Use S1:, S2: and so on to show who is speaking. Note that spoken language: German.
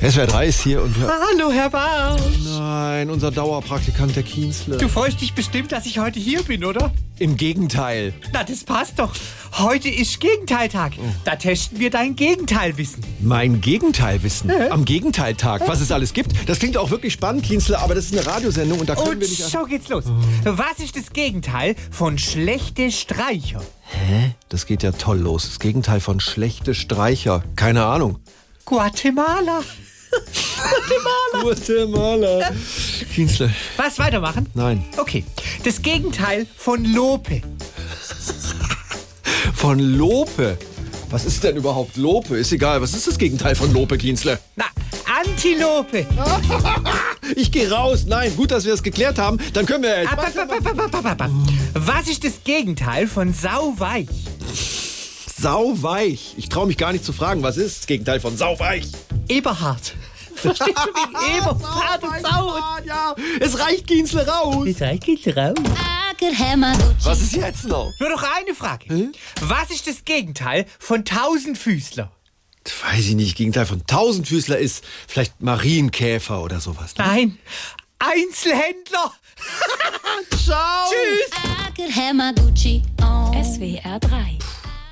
S1: SWR 3 ist hier und wir...
S2: Hallo, Herr Barsch.
S1: Nein, unser Dauerpraktikant, der Kienzle.
S2: Du freust dich bestimmt, dass ich heute hier bin, oder?
S1: Im Gegenteil.
S2: Na, das passt doch. Heute ist Gegenteiltag.
S1: Oh.
S2: Da testen wir dein Gegenteilwissen.
S1: Mein Gegenteilwissen. Am Gegenteiltag, was es alles gibt. Das klingt auch wirklich spannend, Kienzle, aber das ist eine Radiosendung und da können
S2: Und
S1: wir nicht... Oh.
S2: schon geht's los. Was ist das Gegenteil von schlechte Streicher?
S1: Hä? Das geht ja toll los. Das Gegenteil von schlechte Streicher. Keine Ahnung.
S2: Guatemala.
S1: Guatemala. Kienzle.
S2: Was, weitermachen?
S1: Nein.
S2: Okay. Das Gegenteil von Lope.
S1: Von Lope. Was ist denn überhaupt Lope? Ist egal. Was ist das Gegenteil von Lope, Kienzle?
S2: Na, Antilope.
S1: Ich gehe raus. Nein, gut, dass wir das geklärt haben. Dann können wir ja jetzt.
S2: Ab, ab, ab, ab, ab, ab, ab, ab, ab.
S1: Oh.
S2: Was ist das Gegenteil von sauweich?
S1: Sauweich. Ich traue mich gar nicht zu fragen, was ist das Gegenteil von sauweich?
S2: Eberhard. Verstehst du, wie Eberhard und Sau und...
S1: Ah, ja, es reicht Kienzle raus.
S2: Jetzt reicht's raus.
S3: I could have my Gucci.
S1: Was ist jetzt noch?
S2: Nur noch eine Frage. Was ist das Gegenteil von Tausendfüßler?
S1: Weiß ich nicht. Gegenteil von Tausendfüßler ist vielleicht Marienkäfer oder sowas.
S2: Nein, Einzelhändler.
S1: Ciao. Oh.
S2: Tschüss.
S3: I could have my Gucci on.
S4: SWR 3.